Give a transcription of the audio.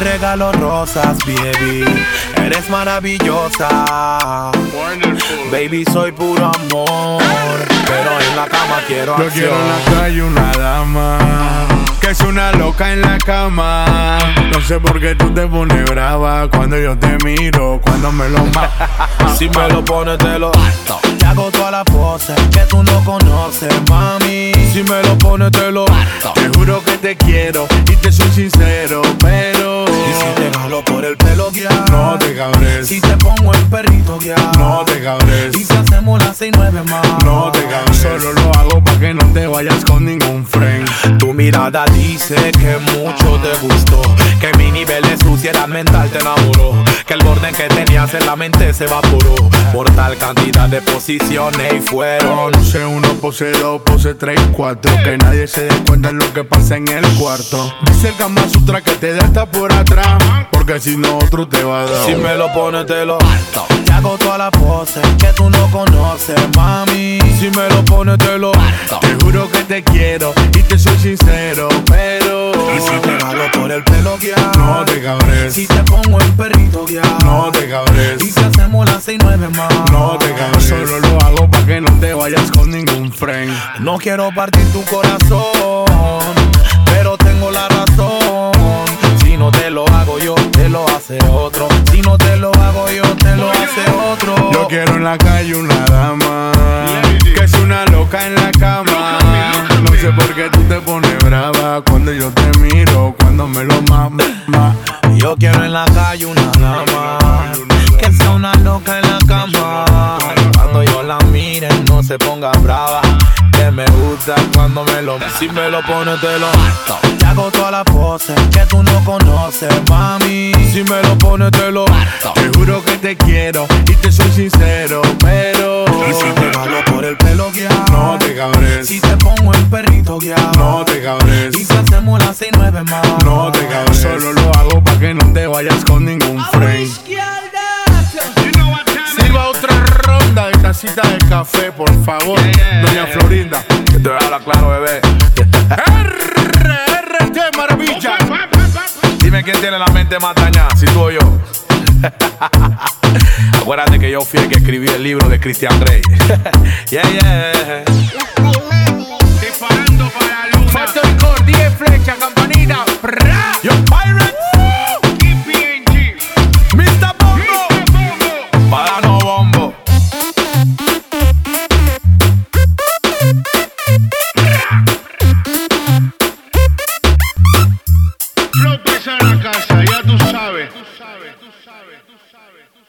regalo rosas, baby. Eres maravillosa. Baby, soy puro amor. Pero en la cama quiero Yo quiero en acción. la calle una dama que es una loca en la cama. No sé por qué tú te pones brava cuando yo te miro, cuando me lo ma. Si me lo pones, te lo harto. Te hago todas las poses que tú no conoces, mami. Si me lo pones, te lo harto. Te juro que te quiero y te soy sincero, pero Y si te jalo por el pelo, guía. no te cabres, Si te pongo el perrito, guía. no te cabres. Y si hacemos las seis, nueve más. No te cabres, solo lo hago para que no te vayas con ningún friend. Tu mirada dice que mucho te gustó, que mi nivel de suciedad mental te enamoró, que el borde que tenías en la mente se evaporó por tal cantidad de posiciones y fueron. Pose 1, Oh, pose 2, pose 3 y 4 Que nadie se dé cuenta de lo que pasa en el cuarto Dice el Kama Sutra que te da hasta por atrás Porque si no otro te va a dar Si me lo pones te lo harto, te hago todas las poses que tú no conoces, mami. Si me lo pones te lo harto, Te juro que te quiero y te soy sincero Pero y si te jalo por el pelo guía, no te cabres si te pongo el perrito guía, No te cabres y si hacemos las seis, nueve más, No te cabres Solo lo hago para que no te vayas con ningún friend No quiero partir tu corazón, pero tengo la razón. Si no te lo hago yo, te lo hace otro. Si no te lo hago yo, te lo hace otro. Yo quiero en la calle una dama que es una loca en la cama. No sé por qué tú te pones brava cuando yo te miro, cuando me lo mama. Yo quiero en la calle una dama que sea una loca en la cama. Cuando yo la mire no se ponga brava. Que me gusta cuando me lo si me lo pones te lo harto. Te hago todas las poses que tú no conoces, mami. Si me lo pones te lo harto. Te juro que te quiero y te soy sincero, pero Y si te jalo por el pelo guía, no te cabres, Si te pongo el perrito guía, no te cabres, Y si hacemos las seis nueve más, no te cabres. Solo lo hago para que no te vayas con ningún friend. Sirva otra ronda de tacita de café, por favor, doña Florinda. Que te habla claro, bebé. RRT Maravilla. Dime quién tiene la mente más dañada, si tú o yo. Acuérdate que yo fui el que escribí el libro de Christian Grey. yeah, yeah. Disparando para la luna. Factory Core, 10 flechas, campanita. Pra. Yo Pirate. KPNG. Mr. Bongo. Mr. Bongo. Pagano bombo. Flow pesa la casa, ya tú sabes. Tú sabes, tú sabes, tú sabes, tú sabes.